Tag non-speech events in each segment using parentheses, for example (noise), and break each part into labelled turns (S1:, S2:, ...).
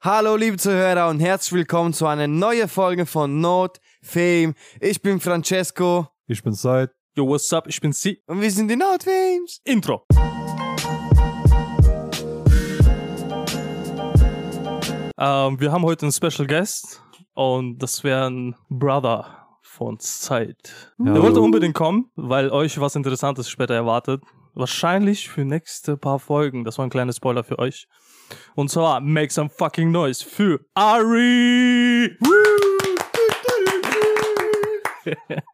S1: Hallo liebe Zuhörer und herzlich willkommen zu einer neuen Folge von Not Fame. Ich bin Francesco
S2: Ich bin Said.
S3: Yo, what's up? Ich bin Sie.
S1: und wir sind die Not Fames.
S3: Intro. Ähm, wir haben heute einen Special Guest und das wäre ein Brother von Zeit.
S2: Ja,
S3: Der
S2: hallo.
S3: wollte unbedingt kommen, weil euch was Interessantes später erwartet. Wahrscheinlich für nächste paar Folgen. Das war ein kleiner Spoiler für euch. Und zwar make some fucking noise für Ari.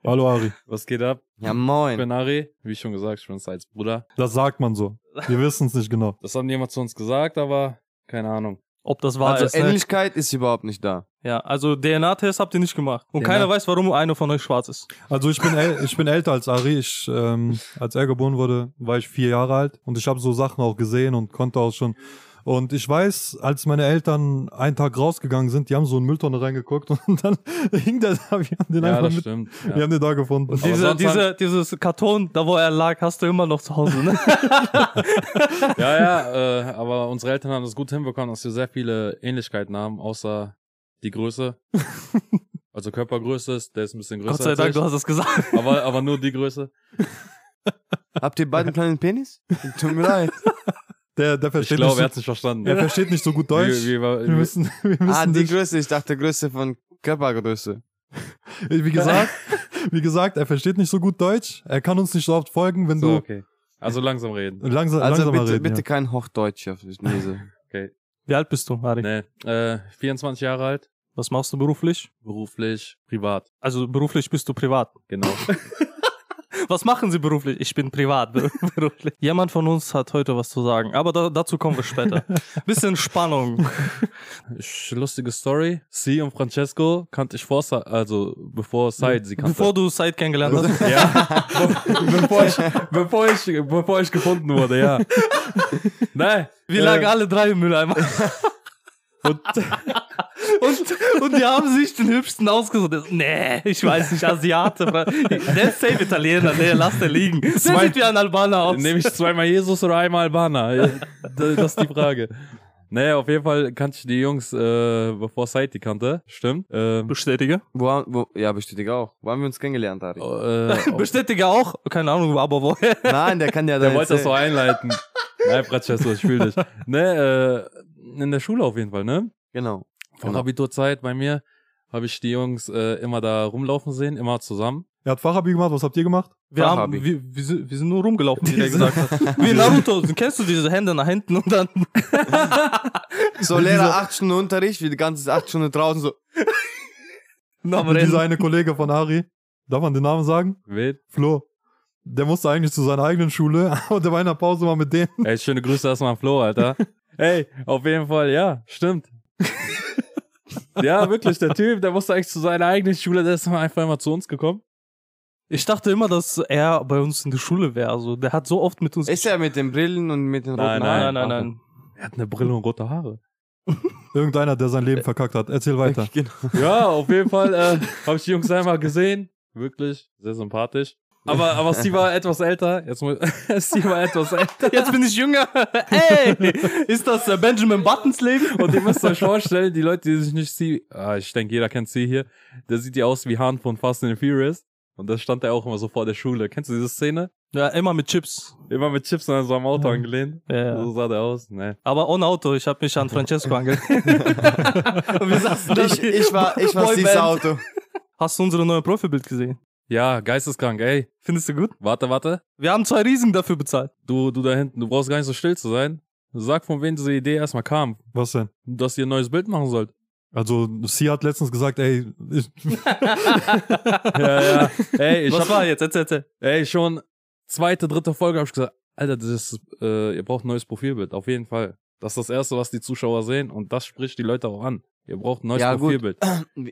S2: Hallo Ari.
S4: Was geht ab?
S1: Ja
S4: Ich
S1: moin.
S4: bin Ari. Wie schon gesagt, ich bin Sides Bruder.
S2: Das sagt man so.
S4: (laughs)
S2: Wir wissen es nicht genau.
S4: Das hat mir jemand zu uns gesagt, aber keine Ahnung.
S3: Ob das wahr ist.
S1: Also
S3: ne?
S1: Ähnlichkeit ist überhaupt nicht da.
S3: Ja, also DNA-Test habt ihr nicht gemacht. Und
S1: DNA
S3: keiner weiß, warum einer von euch schwarz ist.
S2: Also ich bin, äl ich bin älter als Ari. Ich, ähm, als er geboren wurde, war ich vier Jahre alt und ich habe so Sachen auch gesehen und konnte auch schon. Und ich weiß, als meine Eltern einen Tag rausgegangen sind, die haben so in Mülltonne reingeguckt (laughs) und dann hing der da. Wir haben den
S4: Ja,
S2: einfach
S4: das
S2: mit.
S4: stimmt.
S2: (laughs) Wir
S4: Ja.
S2: haben den da gefunden.
S4: Aber
S3: Diese,
S4: sonst
S3: diese, dieses Karton, da wo er lag, hast du immer noch zu Hause, (laughs) ne?
S4: Ja, ja, äh, aber unsere Eltern haben das gut hinbekommen, dass wir sehr viele Ähnlichkeiten haben, außer
S2: (laughs)
S4: die Größe. Also Körpergröße ist, der ist ein bisschen größer.
S3: Gott sei Dank,
S4: als
S3: du hast es gesagt.
S4: ich, aber, aber nur
S2: (laughs)
S4: die Größe.
S1: Habt ihr beiden kleinen Penis? Tut mir leid.
S2: der, der
S4: Ich
S2: versteht
S4: glaube, er
S2: nicht
S4: hat's nicht verstanden.
S2: so, er versteht nicht so
S4: (laughs)
S2: gut Deutsch.
S4: Wie, wie, war-
S2: wir müssen, wir müssen
S1: Ah, die
S2: dich-
S1: Größe. Ich dachte Größe von Körpergröße.
S2: wie gesagt, wie gesagt, er versteht nicht so gut Deutsch. Er kann uns nicht so oft folgen, wenn
S4: so, okay. Also langsam reden.
S2: du langsam,
S1: Also
S2: langsamer
S1: bitte,
S2: reden, ja.
S1: bitte kein Hochdeutsch auf Chinese.
S3: Wie alt bist du, Ari?
S4: Nee, äh, 24 Jahre alt,
S3: Was machst du beruflich?
S4: beruflich, privat.
S3: Also beruflich bist du privat.
S4: Genau.
S3: Was machen sie beruflich? Ich bin privat be- (laughs) beruflich. Jemand von uns hat heute was zu sagen, aber da, dazu kommen wir (laughs) später. Bisschen Spannung.
S4: Sch- lustige Story. Sie und Francesco kannte ich vor, Sa- also bevor Said sie kannte.
S3: Bevor du Side kennengelernt (laughs) hast.
S4: ja. bevor, ich, bevor, ich, bevor ich gefunden wurde, ja. Nein.
S3: Wir lagen alle drei im (laughs) Mülleimer.
S4: Und,
S3: (laughs) Und, und die haben sich den Hübschen ausgesucht. Nee, ich weiß nicht, Asiate. (laughs) Fra- Der ist safe Italiener, nee, lass den liegen. Der
S4: Zwei-
S3: sieht wie ein Albaner aus.
S4: nehme ich zweimal Jesus oder einmal Albaner? D- Das ist die Frage. Naja, auf jeden Fall kannte ich die Jungs, äh, bevor Said die kannte. Stimmt. Ähm,
S3: Bestätige.
S1: Wo, haben- wo, ja, bestätige auch. Wo haben wir uns kennengelernt, Ari?
S4: äh,
S3: Bestätige auch. Keine Ahnung, aber woher.
S1: Nein, der kann ja
S4: Der
S1: da
S4: wollte das so
S1: erzählen.
S4: einleiten. Nein, Francesco, ich will dich. Ne, äh, in der Schule auf jeden Fall, ne?
S1: Genau.
S4: Von
S1: Genau.
S4: Abiturzeit bei mir habe ich die Jungs äh, immer da rumlaufen sehen, immer zusammen.
S2: Er hat Fachabi gemacht, was habt ihr gemacht?
S3: Wir, haben,
S1: Fachabi.
S3: wir, wir, sind, wir sind nur rumgelaufen, (laughs) wie der
S2: Diese-
S3: gesagt hat. Wie Naruto. Kennst du diese Hände nach hinten und dann. (laughs)
S1: So Lehrer, acht Stunden Unterricht, wir die ganze acht Stunden draußen so.
S3: noch am
S2: Und dieser
S3: Rennen.
S2: eine Kollege von Ari, darf man den Namen sagen?
S4: Wild.
S2: Flo. Der musste eigentlich zu seiner eigenen Schule, (laughs) aber der war in der Pause mal mit denen.
S4: Ey, schöne Grüße erstmal an Flo, (laughs) Alter. Ey, auf jeden Fall, ja, (laughs) stimmt. ja, wirklich, der Typ, der musste eigentlich zu seiner eigenen Schule, der ist einfach immer zu uns gekommen.
S3: Ich dachte immer, dass er bei uns in der Schule wäre. Also, der hat so oft mit uns.
S1: Ist er mit den Brillen und mit den roten
S4: Nein,
S1: Haaren?
S3: nein, nein, nein.
S4: Er hat eine Brille und rote Haare.
S2: Irgendeiner, der sein
S1: Äh,
S2: Leben verkackt hat. Erzähl weiter.
S4: Ja, auf jeden Fall äh, habe ich die Jungs einmal gesehen. Wirklich, sehr sympathisch. Aber, aber sie war etwas älter. Jetzt muss, (laughs) sie war etwas älter.
S3: Jetzt bin ich (laughs) jünger. Ey, ist das äh, Benjamin Buttons Leben?
S4: Und ihr müsst (laughs) euch vorstellen, die Leute, die sich nicht sie, ah, ich denke, jeder kennt sie hier, der sieht ja aus wie Han von Fast and Furious. Und da stand er auch immer so vor der Schule. Kennst du diese Szene?
S3: Ja, immer mit Chips.
S4: Immer mit Chips an so am Auto angelehnt.
S3: Ja.
S4: So sah der aus. Ne.
S3: Aber ohne Auto. Ich habe mich an (laughs) Francesco angelehnt. und wir saßen da.
S1: Ich, ich war, ich war
S3: Boyband.
S1: dieses Auto.
S3: Hast du unsere neue Profilbild gesehen?
S4: Ja, geisteskrank, ey.
S3: Findest du gut?
S4: Warte, warte.
S3: Wir haben zwei Riesen dafür bezahlt.
S4: Du, du da hinten, du brauchst gar nicht so still zu sein. Sag, von wem diese Idee erstmal kam,
S2: Was denn?
S4: dass ihr ein neues Bild machen
S3: (laughs)
S4: sollt.
S2: Also, sie hat letztens gesagt, ey, ich,
S4: ja, ja. Ey, ich
S3: Was
S4: hab,
S3: war jetzt? Erzähl, erzähl.
S4: ey, schon zweite, dritte Folge hab ich gesagt, Alter, das ist, äh, ihr braucht ein neues Profilbild, auf jeden Fall. Das ist das Erste, was die Zuschauer sehen und das spricht die Leute auch an. Ihr braucht ein neues
S1: Ja, gut.
S4: Profilbild.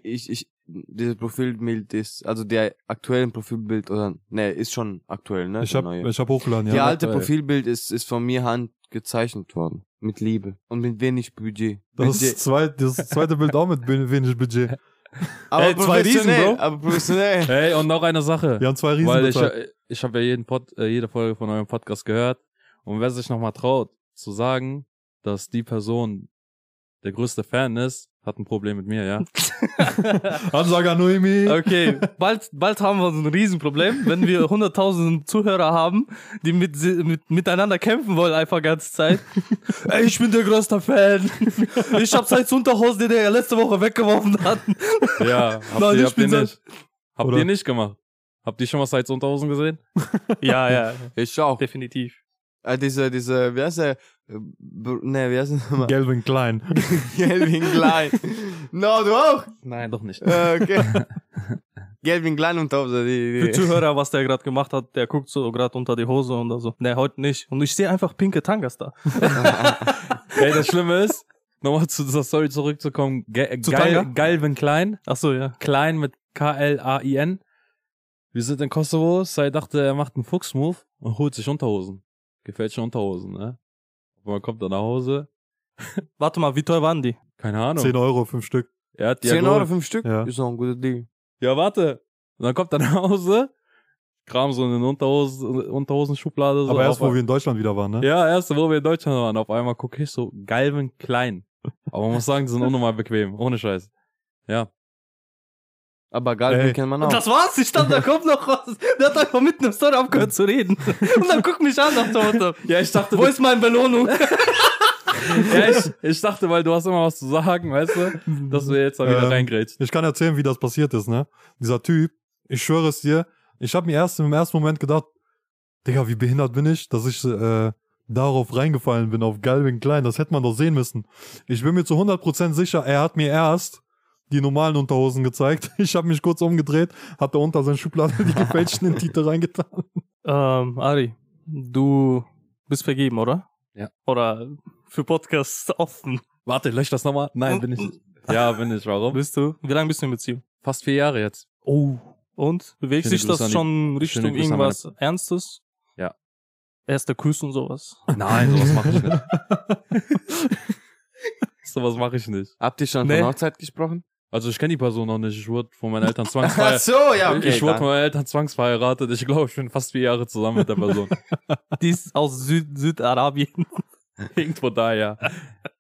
S1: Ich, ich, dieses Profilbild ist, also der aktuelle Profilbild oder, ne, ist schon aktuell, ne?
S2: ich
S1: der
S2: hab,
S1: neue.
S2: ich hab hochgeladen,
S1: Die
S2: ja.
S1: alte
S4: aktuell.
S1: Profilbild ist, ist von mir Hand gezeichnet worden. Mit Liebe. Und mit wenig Budget.
S2: Das,
S1: Budget.
S2: zweit, das zweite Bild auch mit bin- wenig Budget.
S1: Aber
S4: Ey, zwei Riesen,
S1: professionell,
S4: Bro.
S1: aber
S4: (laughs)
S1: professionell.
S4: Hey, und noch eine Sache.
S2: Wir haben zwei Riesen
S4: weil ich,
S2: bezahlt.
S4: äh, ich habe ja jeden Pod, äh, jede Folge von eurem Podcast gehört. Und wer sich nochmal traut, zu sagen, dass die Person, der größte Fan ist, hat ein Problem mit mir, ja.
S3: (laughs)
S2: Ansage an Noemi.
S3: Okay, bald, bald haben wir so ein Riesenproblem, wenn wir 100.000 Zuhörer haben, die mit, si- mit, miteinander kämpfen wollen, einfach ganze Zeit. Ey, ich bin der größte Fan. Ich hab seit Unterhose, den der letzte Woche weggeworfen hat.
S4: Ja, habt
S3: Nein,
S4: ihr,
S3: ich
S4: habt
S3: bin
S4: ihr
S3: so-
S4: nicht. Habt
S2: Oder-
S4: ihr nicht gemacht. Habt ihr schon mal Sides Unterhosen gesehen?
S3: Ja, ja,
S1: Ich schau.
S3: definitiv.
S1: Äh, dieser, dieser, wie heißt der? Äh, Br- Ne, wie heißt der
S2: (laughs)
S1: nochmal?
S2: Gelvin Klein.
S1: Gelvin Klein. (laughs) no, du auch?
S4: Nein, doch nicht.
S1: Äh, okay. Gelvin Klein und Top, so die,
S3: Für
S1: die.
S3: Zuhörer, was der gerade gemacht hat, der guckt so gerade unter die Hose und so. Ne, heute nicht. Und ich sehe einfach pinke Tangas da.
S4: Ey, das Schlimme ist, nochmal zu dieser Story zurückzukommen, ge
S3: Zu
S4: geil,
S3: Tanga?
S4: geil, wenn klein,
S3: Ach so, ja.
S4: klein mit K-L-A-I-N. Wir sind in Kosovo, Sai dachte, er macht einen Fuchsmove und holt sich Unterhosen. Gefälschte Unterhosen, ne? Aber man kommt dann nach Hause,
S3: Warte mal, wie teuer waren die?
S4: keine
S1: Genau.
S4: Ahnung.
S2: 10 Euro, 5 Stück.
S4: Er hat die
S1: 10
S4: ja
S1: Euro,
S4: geholt.
S1: 5 Stück?
S2: Ja.
S1: Ist doch ein guter Deal.
S4: Ja, warte. Und dann kommt er nach Hause, kram so in den Unterhose, Unterhosenschublade.
S1: Also
S4: So
S2: Aber erst,
S4: auf-
S2: wo wir in Deutschland wieder waren, ne?
S4: Ja, erst wo wir in Deutschland waren, auf einmal gucke ich so galben klein. Aber man muss sagen, die sind unnormal bequem, ohne Scheiß. Ja.
S1: Aber Galvin
S2: Ey.
S1: kennt man auch.
S3: Das war's, ich dachte, da kommt noch was. Der hat einfach mitten im Story aufgehört zu reden. Und dann guckt mich an nach dem Motto,
S4: Ja, ich (laughs) dachte,
S3: wo ist meine Belohnung?
S4: ja, ich, ich dachte, weil du hast immer was zu sagen, weißt du, dass wir jetzt da wieder
S2: Ähm,
S4: reingrätschen.
S2: Ich kann erzählen, wie das passiert ist, ne? Dieser Typ, ich schwöre es dir, ich habe mir erst im ersten Moment gedacht, Digga, wie behindert bin ich, dass ich äh, darauf reingefallen bin, auf Galvin Klein. Das hätte man doch sehen müssen. Ich bin mir zu 100% sicher, er hat mir erst die normalen Unterhosen gezeigt. (laughs) Ich habe mich kurz umgedreht, hat da unter seine Schublade die gefälschten
S1: (laughs)
S2: in Tite reingetan.
S3: Ähm, Ari, du bist vergeben, oder?
S4: Ja.
S3: Oder für Podcasts offen
S4: Warte, lösch das nochmal. Nein, bin ich. Ja, bin ich. Warum?
S3: bist du? Wie lange bist du in Beziehung?
S4: Fast vier Jahre jetzt.
S3: Oh. Und? Bewegt
S4: Schöne
S3: sich
S4: Grüße an
S3: das
S4: die-
S3: schon
S4: schöne
S3: Richtung
S4: Grüße an meine-
S3: irgendwas Ernstes?
S4: Ja.
S3: Erster Kuss und sowas. (laughs)
S4: Nein, sowas mache ich nicht. (laughs) sowas mache ich nicht.
S1: Habt ihr schon
S3: Nee.
S1: von Hochzeit gesprochen?
S4: Also ich kenne die Person noch nicht. Ich wurde von meinen Eltern (laughs)
S1: Ach
S4: zwangsverheiratet.
S1: so, ja, okay.
S4: ich wurde
S1: dann.
S4: von meinen Eltern zwangsverheiratet. Ich glaube, ich bin fast vier Jahre zusammen mit der Person.
S3: Die ist aus Süd Südarabien.
S4: (laughs) Irgendwo da, ja.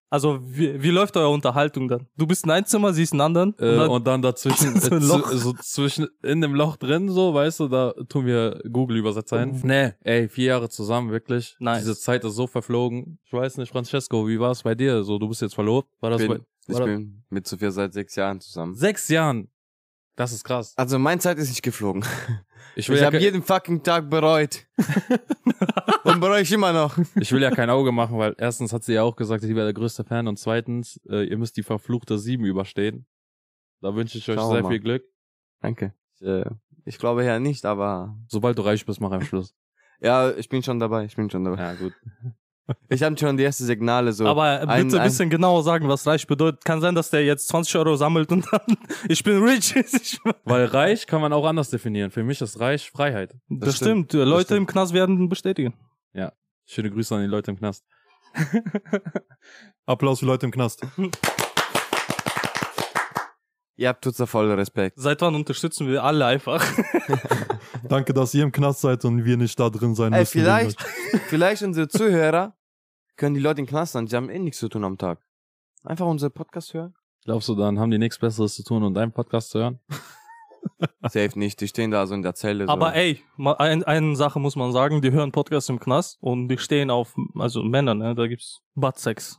S3: Also, wie, wie läuft eure Unterhaltung dann? Du bist in einem Zimmer, sie ist in einem anderen. und
S4: Äh,
S3: dann-
S4: und dann dazwischen,
S3: So ein
S4: äh,
S3: Loch.
S4: zu, so zwischen, in dem Loch drin, so, weißt du, da tun wir Google-Übersetzer ein. Nee, ey, vier Jahre zusammen, wirklich.
S3: Nice.
S4: Diese Zeit ist so verflogen. Ich weiß nicht, Francesco, wie war es bei dir? So, du bist jetzt verlobt. War das
S1: Ich
S4: bei,
S1: bin, ich
S4: war das-
S1: bin mit Sophia seit sechs Jahren zusammen.
S4: sechs Jahren? Das ist krass.
S1: Also, mein Zeit ist nicht geflogen.
S4: Ich will,
S1: Ich
S4: ja,
S1: habe
S4: ke-
S1: jeden fucking Tag bereut. Und bereue ich immer noch.
S4: ich will ja kein Auge machen, weil erstens hat sie ja auch gesagt, ich wäre der größte Fan und zweitens, äh, ihr müsst die verfluchte Sieben überstehen. Da wünsche ich euch
S1: Schauen wir
S4: sehr
S1: mal.
S4: viel Glück.
S1: Danke. Ich, äh, ich glaube ja nicht, aber
S4: Sobald du reich bist, mach einen (laughs) Schluss.
S1: ja, ich bin schon dabei. Ich bin schon dabei.
S4: Ja, gut.
S1: Ich habe schon die ersten Signale so.
S3: Aber bitte
S1: ein-
S3: ein
S1: ein-
S3: bisschen genauer sagen, was reich bedeutet. Kann sein, dass der jetzt 20 Euro sammelt und dann, (laughs) ich bin rich. Ich, das,
S4: Weil reich kann man auch anders definieren. Für mich ist reich Freiheit.
S3: stimmt. Leute
S1: stimmt.
S3: im Knast werden bestätigen.
S4: Schöne Grüße an die Leute im Knast.
S2: Applaus für Leute im Knast.
S1: Ihr habt uns da voll Respekt.
S3: Seit wann unterstützen wir
S1: (laughs)
S3: alle einfach?
S1: Also
S2: Danke, dass ihr im Knast seid und wir nicht da drin sein
S1: Ey,
S2: müssen.
S1: vielleicht, (laughs) vielleicht unsere Zuhörer können die Leute in den Knast sein. Die haben eh nichts zu tun am Tag. Einfach unseren Podcast hören.
S4: Glaubst du, dann haben die nichts Besseres zu tun und deinen Podcast zu hören?
S1: Safe nicht. Die stehen da so in der Zelle. So.
S3: Aber ey, mal ein, eine Sache muss man sagen, die hören Podcasts im Knast und die stehen auf, also Männer, ne? Da gibt's Buttsex.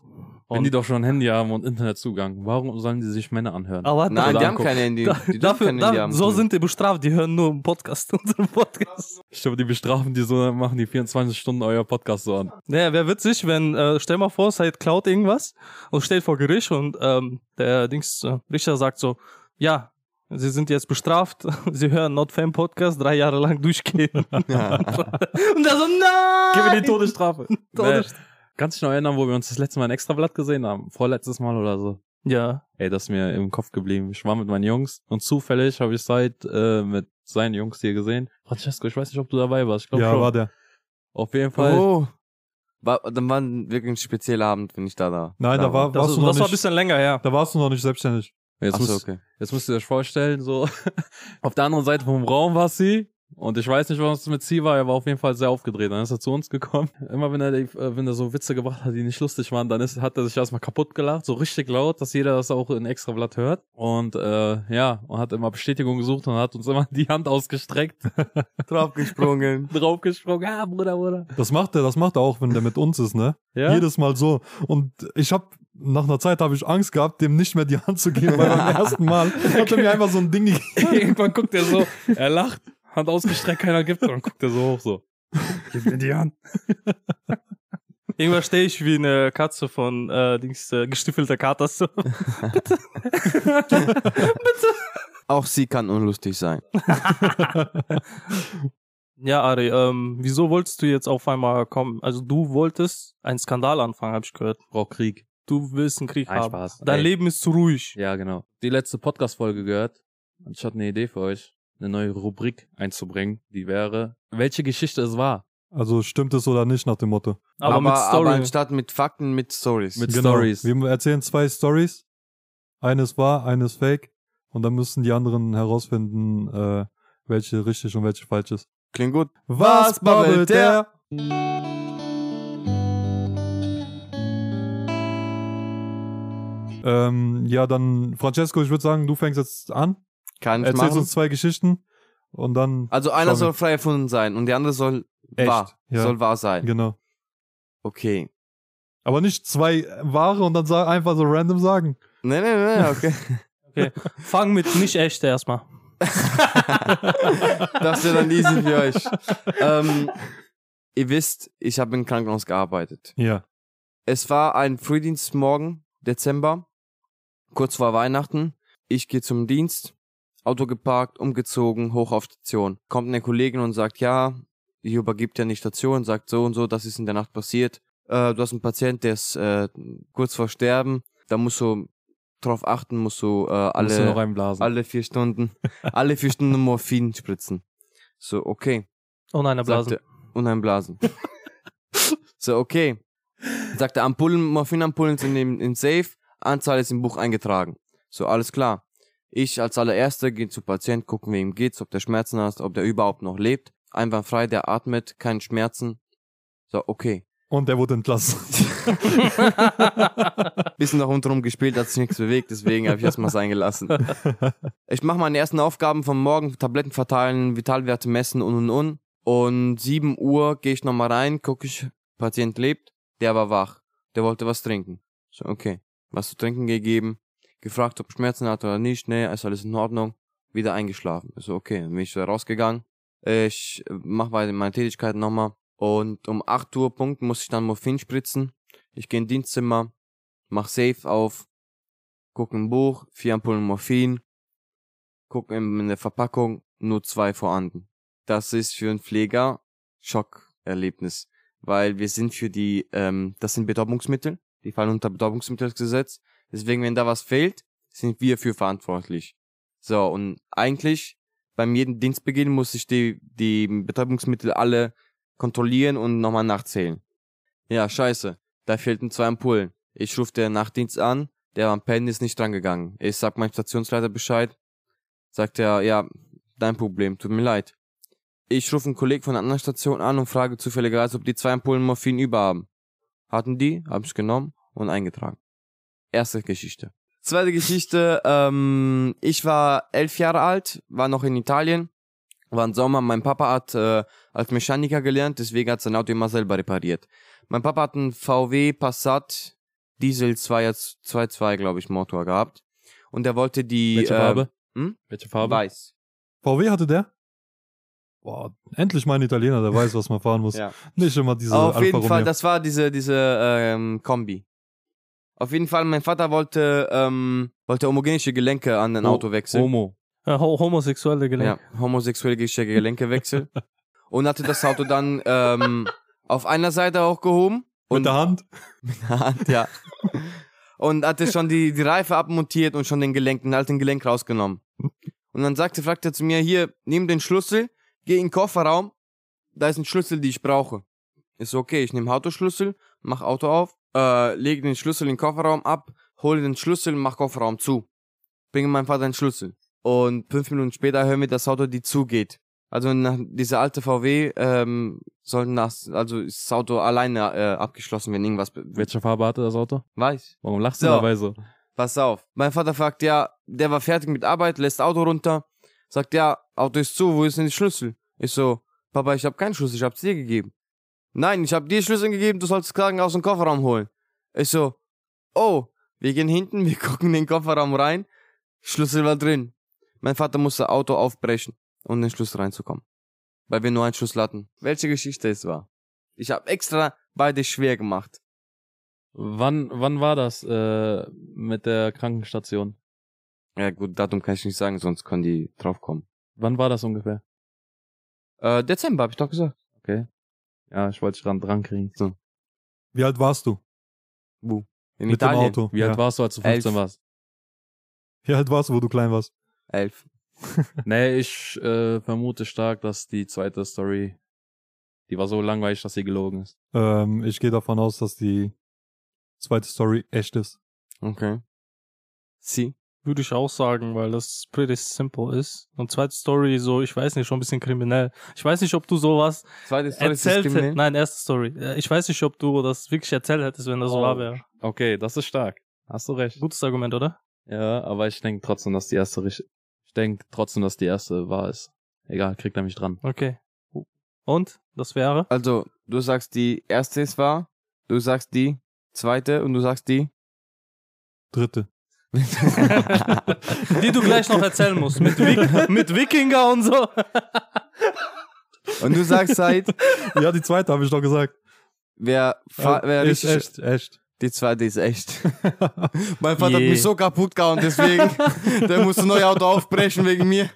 S4: Wenn die doch schon ein Handy haben und Internetzugang, warum sollen die sich Männer anhören?
S3: Aber
S1: Nein,
S4: Oder
S1: die haben
S4: angucken.
S1: kein Handy.
S3: da,
S1: Die dürfen
S3: Ah, (laughs) dafür,
S1: kein Handy
S3: da,
S1: haben. (laughs)
S3: so sind die bestraft, die hören nur einen Podcast, (laughs) unseren Podcast.
S4: Ich glaube, die bestrafen die so, dann machen die 24 Stunden euer Podcast so an.
S3: Naja, wäre witzig, wenn, äh, stell mal vor, Said klaut irgendwas und steht vor Gericht und ähm, der Dings, äh, Richter sagt so, ja, sie sind jetzt bestraft, (laughs) sie hören Not Fame Podcast drei Jahre lang durchgehen. (laughs) und er so,
S4: Gib mir
S3: nein!
S4: die Todesstrafe. nee.
S3: Todes-
S4: Kannst du dich noch erinnern, wo wir uns das letzte Mal ein Extrablatt gesehen haben? Vorletztes Mal oder so.
S3: Ja,
S4: Ey, das ist mir im Kopf geblieben. Ich war mit meinen Jungs und zufällig habe ich seit äh, mit seinen Jungs hier gesehen. Francesco, ich weiß nicht, ob du dabei warst. Ich glaube
S2: Ja,
S4: schon.
S2: war der.
S4: Auf jeden Fall.
S1: Oh. War, dann war ein wirklich ein spezieller Abend, wenn ich da da.
S2: Nein, da war-
S3: das,
S2: Warst du noch
S3: das war ein
S2: nicht-
S3: bisschen länger her.
S2: Da warst du noch nicht selbstständig.
S4: Jetzt,
S1: Achso,
S4: müsst,
S1: okay.
S4: (laughs) jetzt müsst ihr euch vorstellen, so auf der anderen Seite vom Raum war sie Und ich weiß nicht, was mit C war, er war auf jeden Fall sehr aufgedreht. Dann ist er zu uns gekommen. (laughs) Immer wenn er, die- äh, wenn er so Witze gebracht hat, die nicht lustig waren, dann ist, hat er sich erstmal kaputt gelacht, so richtig laut, dass jeder das auch in Extrablatt hört. Und äh, ja, und hat immer Bestätigung gesucht und hat uns immer die Hand ausgestreckt,
S1: Draufgesprungen.
S4: draufgesprungen. Ah,
S3: (laughs)
S4: Bruder, Bruder.
S2: Das macht er, das macht er auch, wenn der mit uns ist, ne?
S4: (laughs) Ja?
S2: Jedes Mal so. Und ich habe nach einer Zeit habe ich Angst gehabt, dem nicht mehr die Hand zu geben, weil beim ersten Mal hat er mir einfach so ein Ding gegeben.
S4: Irgendwann guckt er so, er lacht, Hand ausgestreckt, keiner gibt, und dann guckt er so hoch so. Gib mir die Hand.
S3: (laughs) Irgendwann stehe ich wie eine Katze von äh, Dings, äh, gestiefelter Kater.
S4: (laughs)
S3: So.
S1: Auch sie kann unlustig sein.
S3: Ja, Ari, ähm, wieso wolltest du jetzt auf einmal kommen? Also du wolltest einen Skandal anfangen, habe ich gehört.
S4: Braucht Krieg.
S3: Du willst einen Krieg
S4: Nein,
S3: haben.
S4: Spaß.
S3: Dein
S4: Ey.
S3: Leben ist zu ruhig.
S4: Ja, genau. Die letzte Podcast-Folge gehört und ich hatte eine Idee für euch, eine neue Rubrik einzubringen, die wäre, welche Geschichte es war.
S2: Also stimmt es oder nicht nach dem Motto. Genau.
S3: Aber, mit Story.
S1: aber anstatt mit Fakten, mit Stories.
S4: Mit- Stories.
S2: Wir erzählen zwei Stories. Eines wahr, eines fake. Und dann müssen die anderen herausfinden, äh, welche richtig und welche falsch ist.
S1: Klingt gut.
S2: Was babbelt der? Ähm, ja, dann, Francesco, ich würde sagen, du fängst jetzt an.
S1: Kann ich
S2: Erzählst
S1: machen.
S2: uns zwei Geschichten und dann.
S1: Also einer
S2: Sorry.
S1: soll frei erfunden sein und der andere soll
S2: Echt,
S1: wahr.
S2: ja.
S1: Soll wahr sein.
S2: Genau.
S1: Okay.
S2: Aber nicht zwei wahre und dann sa- einfach so random sagen.
S1: Nee, nee, nee, okay.
S3: Fang mit nicht echt erstmal.
S1: Das wäre dann easy für euch. Ähm, ihr wisst, ich habe im Krankenhaus gearbeitet.
S2: Ja.
S1: Es war ein Frühdienstmorgen, Dezember, kurz vor Weihnachten. Ich gehe zum Dienst, Auto geparkt, umgezogen, hoch auf Station. Kommt eine Kollegin und sagt, ja, die übergibt ja nicht Station, sagt so und so, das ist in der Nacht passiert. Äh, du hast einen Patient, der ist äh, kurz vor Sterben, da musst du drauf achten, musst du äh, alle...
S4: Musst du noch reinblasen.
S1: Alle vier Stunden. alle vier Stunden Morphin spritzen. So, okay.
S3: Und eine
S1: Sagt
S3: Blase.
S1: er- Und ein Blasen. so, okay. Sagt er, Ampullen, Morphinampullen sind im, im Safe, Anzahl ist im Buch eingetragen. So, alles klar. Ich als allererster gehe zu Patient, gucken, wie ihm geht's, ob der Schmerzen hat, ob der überhaupt noch lebt. Einwandfrei, der atmet, keine Schmerzen. So, okay.
S2: Und der wurde entlassen. (laughs)
S1: (laughs) bisschen nach unten rum gespielt, hat sich nichts bewegt, deswegen habe ich erstmal sein gelassen. Ich mache meine ersten Aufgaben vom Morgen, Tabletten verteilen, Vitalwerte messen und und und. Und 7 Uhr gehe ich nochmal rein, gucke ich, Patient lebt, der war wach, der wollte was trinken. So, okay, was zu trinken gegeben, gefragt, ob Schmerzen hat oder nicht, nee, ist alles in Ordnung, wieder eingeschlafen. So, okay, dann bin ich wieder rausgegangen. Ich mache weiter meine Tätigkeiten nochmal. Und um 8 Uhr Punkt muss ich dann Morphin spritzen. Ich gehe in Dienstzimmer, mach Safe auf, guck ein Buch, vier Ampullen Morphin, guck in, in der Verpackung, nur zwei vorhanden. Das ist für einen Pfleger Schockerlebnis, weil wir sind für die, ähm, das sind Betäubungsmittel, die fallen unter Betäubungsmittelgesetz, deswegen, wenn da was fehlt, sind wir für verantwortlich. So, und eigentlich, beim jeden Dienstbeginn muss ich die, die Betäubungsmittel alle kontrollieren und nochmal nachzählen. Ja, scheiße, da fehlten zwei Ampullen. Ich rufe der Nachtdienst an, der am Pennen ist nicht drangegangen. Ich sag meinem Stationsleiter Bescheid. Sagt er, ja, dein Problem, tut mir leid. Ich rufe einen Kollegen von einer anderen Station an und frage zufälligerweise, ob die zwei Ampullen Morphin über haben. Hatten die, hab ich genommen und eingetragen. Erste Geschichte. Zweite Geschichte, ähm, ich war elf Jahre alt, war noch in Italien, war im Sommer, mein Papa hat äh, als Mechaniker gelernt, deswegen hat sein Auto immer selber repariert. Mein Papa hat einen VW Passat Diesel 2.2, 2.2, glaube ich, Motor gehabt. Und er wollte die
S4: Welche
S1: äh,
S4: Farbe?
S1: hm?
S4: Welche Farbe?
S1: weiß.
S2: VW hatte der? Boah, endlich mal ein Italiener, der weiß, was man fahren muss.
S1: (laughs) Ja.
S2: Nicht immer diese
S1: Auf
S2: Alfa
S1: jeden
S2: Romeo.
S1: Fall, das war diese, diese ähm, Kombi. Auf jeden Fall, mein Vater wollte, ähm, wollte homogenische Gelenke an ein
S2: Oh,
S4: Ho-
S1: Auto wechseln.
S4: Homo.
S3: Äh, ho homosexuelle Gelenke.
S1: Ja, homosexuelle Geschenke,
S2: (laughs)
S1: Gelenkewechsel. und hatte das Auto dann ähm, auf einer Seite hochgehoben.
S2: Mit
S1: Und
S2: der Hand?
S1: (laughs) Hand, ja. Und hatte schon die, die Reife abmontiert und schon den Gelenk, den alten Gelenk rausgenommen. Und dann sagte, fragte er zu mir, hier, nimm den Schlüssel, geh in den Kofferraum, da ist ein Schlüssel, die ich brauche. Ist okay, ich nehme Autoschlüssel, mach Auto auf, äh, lege den Schlüssel in den Kofferraum ab, hole den Schlüssel, mach Kofferraum zu. Bringe meinem Vater den Schlüssel. Und fünf Minuten später hören wir, dass das Auto die zugeht. Also nach, diese alte VW ähm, sollten nach, also ist das Auto alleine äh, abgeschlossen, wenn irgendwas be-
S4: Welche Farbe hatte das Auto?
S1: weiß.
S4: Warum lachst du
S1: So.
S4: dabei so?
S1: Pass auf. Mein Vater fragt, ja, der war fertig mit Arbeit, lässt Auto runter. Sagt, ja, Auto ist zu, wo ist denn die Schlüssel? Ich so, Papa, ich hab keinen Schlüssel, ich hab's dir gegeben. Nein, ich hab dir Schlüssel gegeben, du sollst Kragen aus dem Kofferraum holen. Ich so, oh, wir gehen hinten, (laughs) wir gucken in den Kofferraum rein. Schlüssel war drin. Mein Vater musste Auto aufbrechen, um in den Schlüssel reinzukommen. Weil wir nur einen Schlüssel hatten. Welche Geschichte es war. Ich hab extra beide schwer gemacht.
S4: Wann, wann war das äh, mit der Krankenstation?
S1: Ja gut, Datum kann ich nicht sagen, sonst können die draufkommen.
S4: Wann war das ungefähr?
S1: Äh, Dezember, hab ich doch gesagt.
S4: Ja, ich wollte dich dran, dran kriegen.
S2: Wie alt warst du?
S1: In
S2: mit
S1: Italien.
S2: dem Auto.
S4: Wie
S2: ja.
S4: alt warst du, als du 15
S1: Elf.
S4: warst?
S2: Wie alt warst du, wo du klein warst?
S1: Elf.
S4: Nee, ich äh, vermute stark, dass die zweite Story, die war so langweilig, dass sie gelogen ist.
S2: Ähm, ich gehe davon aus, dass die zweite Story echt ist.
S1: Okay. Sie.
S3: Würde ich auch sagen, weil das pretty simple ist. Und zweite Story, so, ich weiß nicht, schon ein bisschen kriminell. Ich weiß nicht, ob du sowas
S1: Zweite Story ist
S3: erzählt
S1: kriminell.
S3: hättest. Nein, erste Story. Äh, Ich weiß nicht, ob du das wirklich erzählt hättest, wenn das so
S4: Oh.
S3: wahr wäre.
S4: Okay, das ist stark. Hast du recht.
S3: Gutes Argument, oder?
S4: Ja, aber ich denke trotzdem, dass die erste richtig. Ich denke trotzdem, dass die erste wahr ist. Egal, kriegt er mich dran.
S3: Okay. Und?
S1: (laughs)
S3: Das wäre?
S1: Also, du sagst die erste ist wahr, du sagst die zweite und du sagst die. (laughs)
S2: Dritte.
S3: Die du gleich noch erzählen musst. Mit, Wik mit Wikinger und so.
S1: Und du sagst halt,
S2: Ja, die zweite habe ich doch gesagt.
S1: wer, fa- äh, wer
S2: ist
S1: richtig.
S2: echt, echt.
S1: Die zweite ist echt. (laughs) mein Vater
S3: Je.
S1: hat mich so kaputt gehauen, (laughs) deswegen. der musste ein neues Auto aufbrechen wegen mir.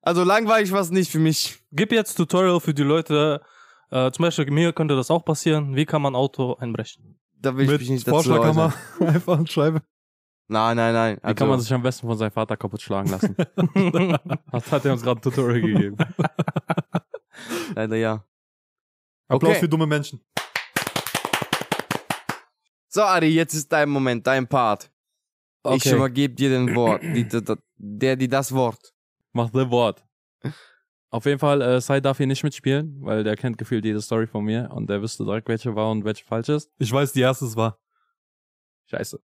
S1: Also langweilig war es nicht für mich.
S3: Gib jetzt Tutorial für die Leute. Äh, zum Beispiel mir könnte das auch passieren. Wie kann man Auto
S1: (laughs)
S3: einbrechen?
S1: Da will ich mich
S2: Mit
S1: nicht dazu
S2: Vorschlaghammer
S1: äußern.
S2: (laughs) einfach eine Scheibe.
S1: Nein, nein, nein. Also,
S4: Wie kann man sich am besten von seinem Vater kaputt schlagen lassen? (laughs) das hat er uns gerade ein Tutorial gegeben.
S1: leider ja.
S2: Applaus
S1: Okay.
S2: für dumme Menschen.
S1: So, Ari, jetzt ist dein Moment, dein Part. Ich
S4: Okay.
S1: übergebe dir den Wort. Die, die, die- der, die das Wort.
S4: Mach the Wort. Auf jeden Fall, äh, Sai darf hier nicht mitspielen, weil der kennt gefühlt jede Story von mir und der wüsste direkt, welche war und welche falsch ist.
S2: Ich weiß, die erste ist wahr.
S4: Scheiße.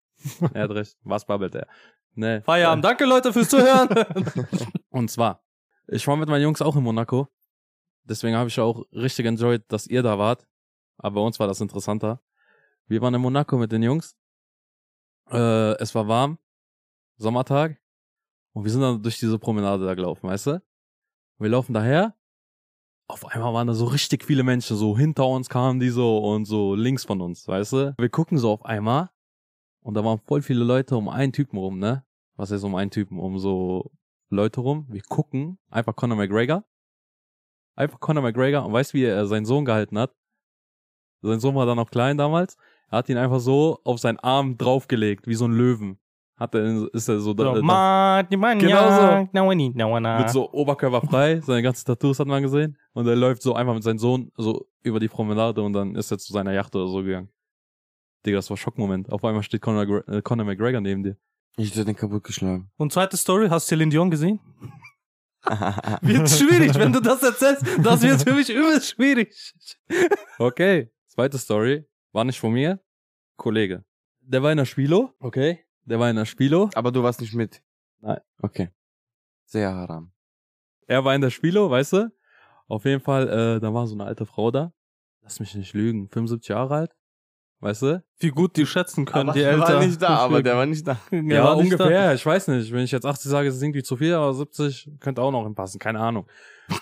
S4: er hat recht. Was babbelt er? Nee.
S3: Feierabend. Danke, Leute, fürs Zuhören.
S4: Und zwar, ich war mit meinen Jungs auch in Monaco. Deswegen habe ich auch richtig enjoyed, dass ihr da wart. Aber bei uns war das interessanter. Wir waren in Monaco mit den Jungs. Äh, es war warm. Sommertag. Und wir sind dann durch diese Promenade da gelaufen, weißt du? Wir laufen daher. Auf einmal waren da so richtig viele Menschen. So hinter uns kamen die so und so links von uns, weißt du? Wir gucken so auf einmal. Und da waren voll viele Leute um einen Typen rum, ne? Was heißt um einen Typen? Um so Leute rum, wir gucken, einfach Conor McGregor. Einfach Conor McGregor und weißt, wie er seinen Sohn gehalten hat? Sein Sohn war dann noch klein damals. Er hat ihn einfach so auf seinen Arm draufgelegt, wie so ein Löwen. Hat er, ist er so, da,
S3: So,
S4: da-
S3: man, man, ja, na, na, na, na.
S4: mit so Oberkörper frei, seine ganzen Tattoos hat man gesehen. Und er läuft so einfach mit seinem Sohn so über die Promenade und dann ist er zu seiner Yacht oder so gegangen. Digga, das war Schockmoment. Auf einmal steht Conor, Gre- äh, Conor McGregor neben dir.
S1: Ich hätte den kaputtgeschlagen.
S3: Und zweite Story, hast du Celine Dion gesehen? (laughs) (laughs) Wird schwierig, wenn du das erzählst. Das wird für mich übelst schwierig.
S4: Okay, zweite Story. War nicht von mir. Kollege. Der war in der Spilo. Okay. Der war in der Spilo.
S1: (laughs) Aber du warst nicht mit.
S4: Nein.
S1: Okay. Sehr haram.
S4: Er war in der Spilo, weißt du? Auf jeden Fall, äh, da war so eine alte Frau da. Lass mich nicht lügen. 75 Jahre alt. Weißt du?
S3: Wie gut die schätzen können,
S1: aber
S3: die
S1: der
S3: Eltern.
S1: war nicht da, aber der war nicht da.
S4: Ja,
S3: war nicht da.
S4: ungefähr. Ich weiß nicht. Wenn ich jetzt 80 sage, ist es irgendwie zu viel, aber 70 könnte auch noch hinpassen. Keine Ahnung.
S2: (laughs)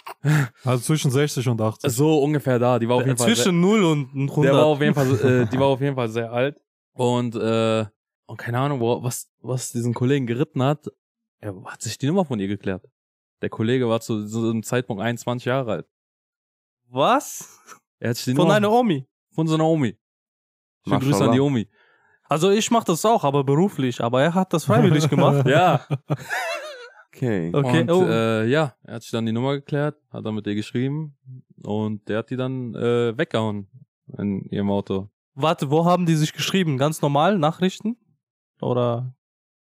S2: Also zwischen 60 und 80.
S3: Also
S4: So ungefähr da. Die war auf jeden Fall.
S3: Zwischen 0 und 100.
S4: Der war auf jeden Fall, äh, die war auf jeden Fall sehr alt. Und, äh, und keine Ahnung, wo, was, was diesen Kollegen geritten hat. Er hat sich die Nummer von ihr geklärt. Der Kollege war zu diesem Zeitpunkt 21 Jahre alt.
S3: (laughs) Was?
S4: Er hat sich die
S3: Von
S4: Nummer
S3: einer Omi.
S4: von seiner Omi. Schönen Grüße an
S1: Mashallah.
S4: die Omi.
S3: Also ich mach das auch, aber beruflich. Aber er hat das freiwillig gemacht.
S4: Ja.
S1: Okay.
S3: (laughs) Okay,
S4: Und,
S3: oh.
S4: äh, ja, er hat sich dann die Nummer geklärt, hat dann mit ihr geschrieben und der hat die dann äh, weggehauen in ihrem Auto.
S3: Warte, wo haben die sich geschrieben? Ganz normal? Nachrichten? Oder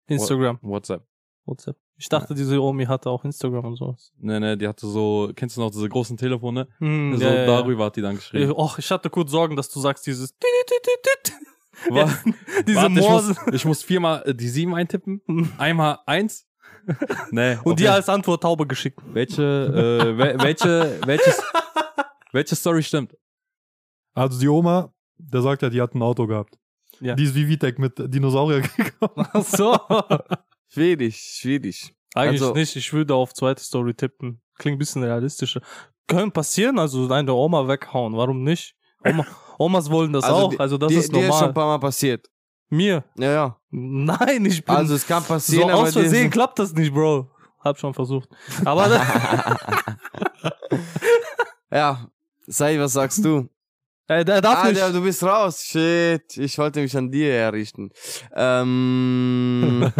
S3: Instagram?
S4: WhatsApp.
S3: WhatsApp? Ich dachte, diese Omi hatte auch Instagram und sowas.
S4: Nee, nee, Ne, die hatte so, kennst du noch diese großen Telefone?
S3: Hm,
S4: so,
S3: ja, ja, ja.
S4: darüber hat die dann
S3: Ich,
S4: geschrieben.
S3: och, ich hatte kurz Sorgen, dass du sagst dieses Tit, Tit, Tit, Tit, Tit.
S4: Wa-
S3: (laughs) diese
S4: Warte, ich
S3: Morse
S4: muss, ich muss viermal äh, die sieben eintippen. Einmal
S3: (laughs)
S4: eins. nee.
S3: (laughs)
S4: auf
S3: und dir
S4: jeden-
S3: als Antwort Taube
S4: (laughs)
S3: geschickt.
S4: welche, äh, wel- welche, welches, welche Story stimmt?
S2: Also die Oma, der sagt ja, die hat ein Auto gehabt.
S3: Ja.
S2: Die ist wie Vitek mit Dinosaurier (laughs) gekommen.
S3: Ach so.
S1: Schwierig, schwierig.
S3: Eigentlich
S1: Also-
S3: nicht, ich würde auf zweite Story tippen. Klingt ein bisschen realistischer. Können passieren, also deine Oma weghauen, warum nicht? Oma, Omas wollen das auch,
S1: die-
S3: also das
S1: die,
S3: ist
S1: Die ist schon
S3: normal.
S1: ein paar Mal passiert.
S3: Mir?
S1: Ja, ja.
S3: Nein, ich bin
S1: Also es kann
S3: so
S1: passieren, aber
S3: aus
S1: die ist-
S3: Versehen klappt das nicht, Bro. Hab schon versucht. Aber
S1: Ja, sei, was sagst du?
S3: äh, der darf
S1: ah,
S3: nicht.
S1: der, du bist raus. Shit, ich wollte mich an dir errichten. Ähm,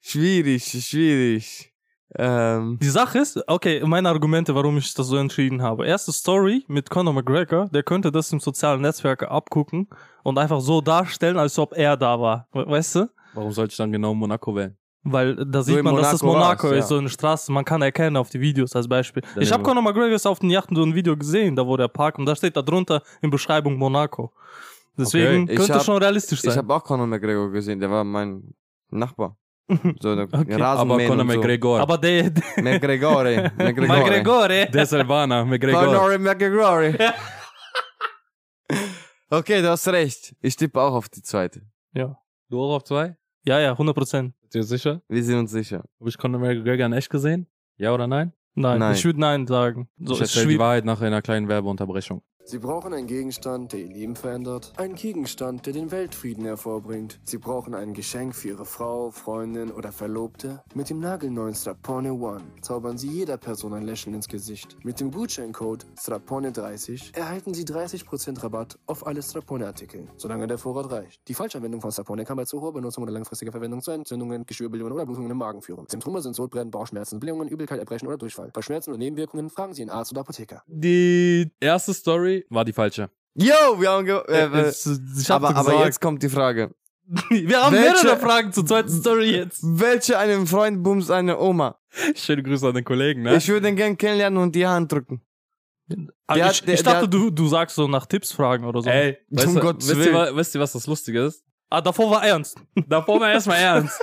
S1: schwierig, schwierig. Ähm,
S3: Die Sache ist, okay, meine Argumente, warum ich das so entschieden habe. Erste Story mit Conor McGregor, der könnte das im sozialen Netzwerk abgucken und einfach so darstellen, als ob er da war. We- Weißt du?
S4: Warum sollte ich dann genau Monaco wählen?
S3: Weil da sieht
S1: in
S3: man, dass das
S1: Monaco
S3: Monaco
S1: warst,
S3: ist,
S1: ja.
S3: so eine Straße. Man kann erkennen auf die Videos als Beispiel.
S4: Dann
S3: ich habe
S4: nehmen wir-
S3: Conor McGregor auf den Yachten so ein Video gesehen, da wo der Park und da steht da drunter in Beschreibung Monaco. Deswegen
S1: Okay, ich
S3: könnte
S1: hab-
S3: schon realistisch
S1: ich
S3: sein.
S1: habe auch Conor McGregor gesehen, der war mein Nachbar. So, der
S3: Okay,
S4: Aber
S1: Rasenmähen
S4: Conor
S1: und so.
S4: McGregor.
S3: Aber der, der eh?
S1: McGregore.
S3: (laughs)
S1: McGregore.
S3: McGregor,
S4: der ist Albaner, McGregor.
S1: Conor McGregor. Okay, du hast recht. Ich tippe auch auf die zweite.
S3: ja.
S4: Du auch auf zwei?
S3: ja, ja, 100 Prozent.
S4: Bist du sicher?
S1: Wir sind uns sicher.
S4: Habe ich Conor McGregor in echt gesehen? Ja oder nein?
S3: Nein,
S1: Nein.
S3: ich würde nein sagen. So ist
S4: ich erzähle die
S3: schwierig.
S4: Wahrheit nach einer kleinen Werbeunterbrechung.
S5: Sie brauchen einen Gegenstand, der ihr Leben verändert. Einen Gegenstand, der den Weltfrieden hervorbringt. Sie brauchen ein Geschenk für ihre Frau, Freundin oder Verlobte. Mit dem nagelneuen Strapone One zaubern sie jeder Person ein Lächeln ins Gesicht. Mit dem Gutscheincode Strapone30 erhalten sie 30% Rabatt auf alle Strapone-Artikel, solange der Vorrat reicht. Die Falschanwendung von Strapone kann bei zu hoher Benutzung oder langfristiger Verwendung zu Entzündungen, Geschwürbildungen oder Blutungen im Magen führen. Symptome sind Sodbrennen, Bauchschmerzen, Blähungen, Übelkeit, Erbrechen oder Durchfall. Bei Schmerzen und Nebenwirkungen fragen Sie einen Arzt oder Apotheker.
S4: Die erste Story war die falsche.
S1: Yo, wir haben ge äh, äh,
S3: Jetzt, ich hab's
S1: aber,
S3: gesagt.
S1: aber jetzt kommt die Frage.
S3: (laughs) wir haben
S1: Welche-
S3: mehrere Fragen zur zweiten Story jetzt.
S1: Welche einem Freund bumst eine Oma?
S4: (laughs) Schöne Grüße an den Kollegen, ne?
S1: Ich würde ihn gern kennenlernen und die Hand drücken. Der
S3: Also ich,
S1: hat- der-
S3: ich dachte,
S1: der-
S3: du, du sagst so nach Tipps fragen oder so.
S4: Ey, um weißt,
S1: Zum
S4: du,
S1: Gottes
S4: wisst, ihr,
S1: Willen.
S4: wa- wisst ihr, was das Lustige ist?
S3: Ah, davor war ernst.
S4: (laughs) Davor mal erstmal (laughs) ernst.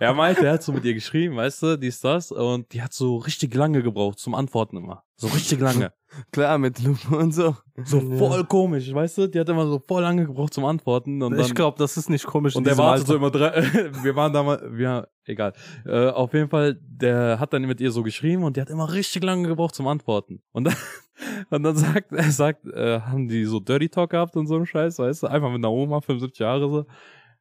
S4: er meinte, er hat so mit ihr geschrieben, weißt du, dies, das. Und die hat so richtig lange gebraucht zum Antworten immer. So richtig lange. (laughs)
S1: Klar, mit Lupe und so.
S4: So voll komisch, weißt du? Die hat immer so voll lange gebraucht zum Antworten. Und dann,
S3: ich glaube, das ist nicht komisch.
S4: und der wartet so immer drei. (laughs) wir waren damals, wir, egal. Äh, auf jeden Fall, der hat dann mit ihr so geschrieben und die hat immer richtig lange gebraucht zum Antworten. Und dann, (laughs) und dann sagt, er sagt, äh, haben die so Dirty Talk gehabt und so einen Scheiß, weißt du? Einfach mit einer Oma, 75 Jahre so.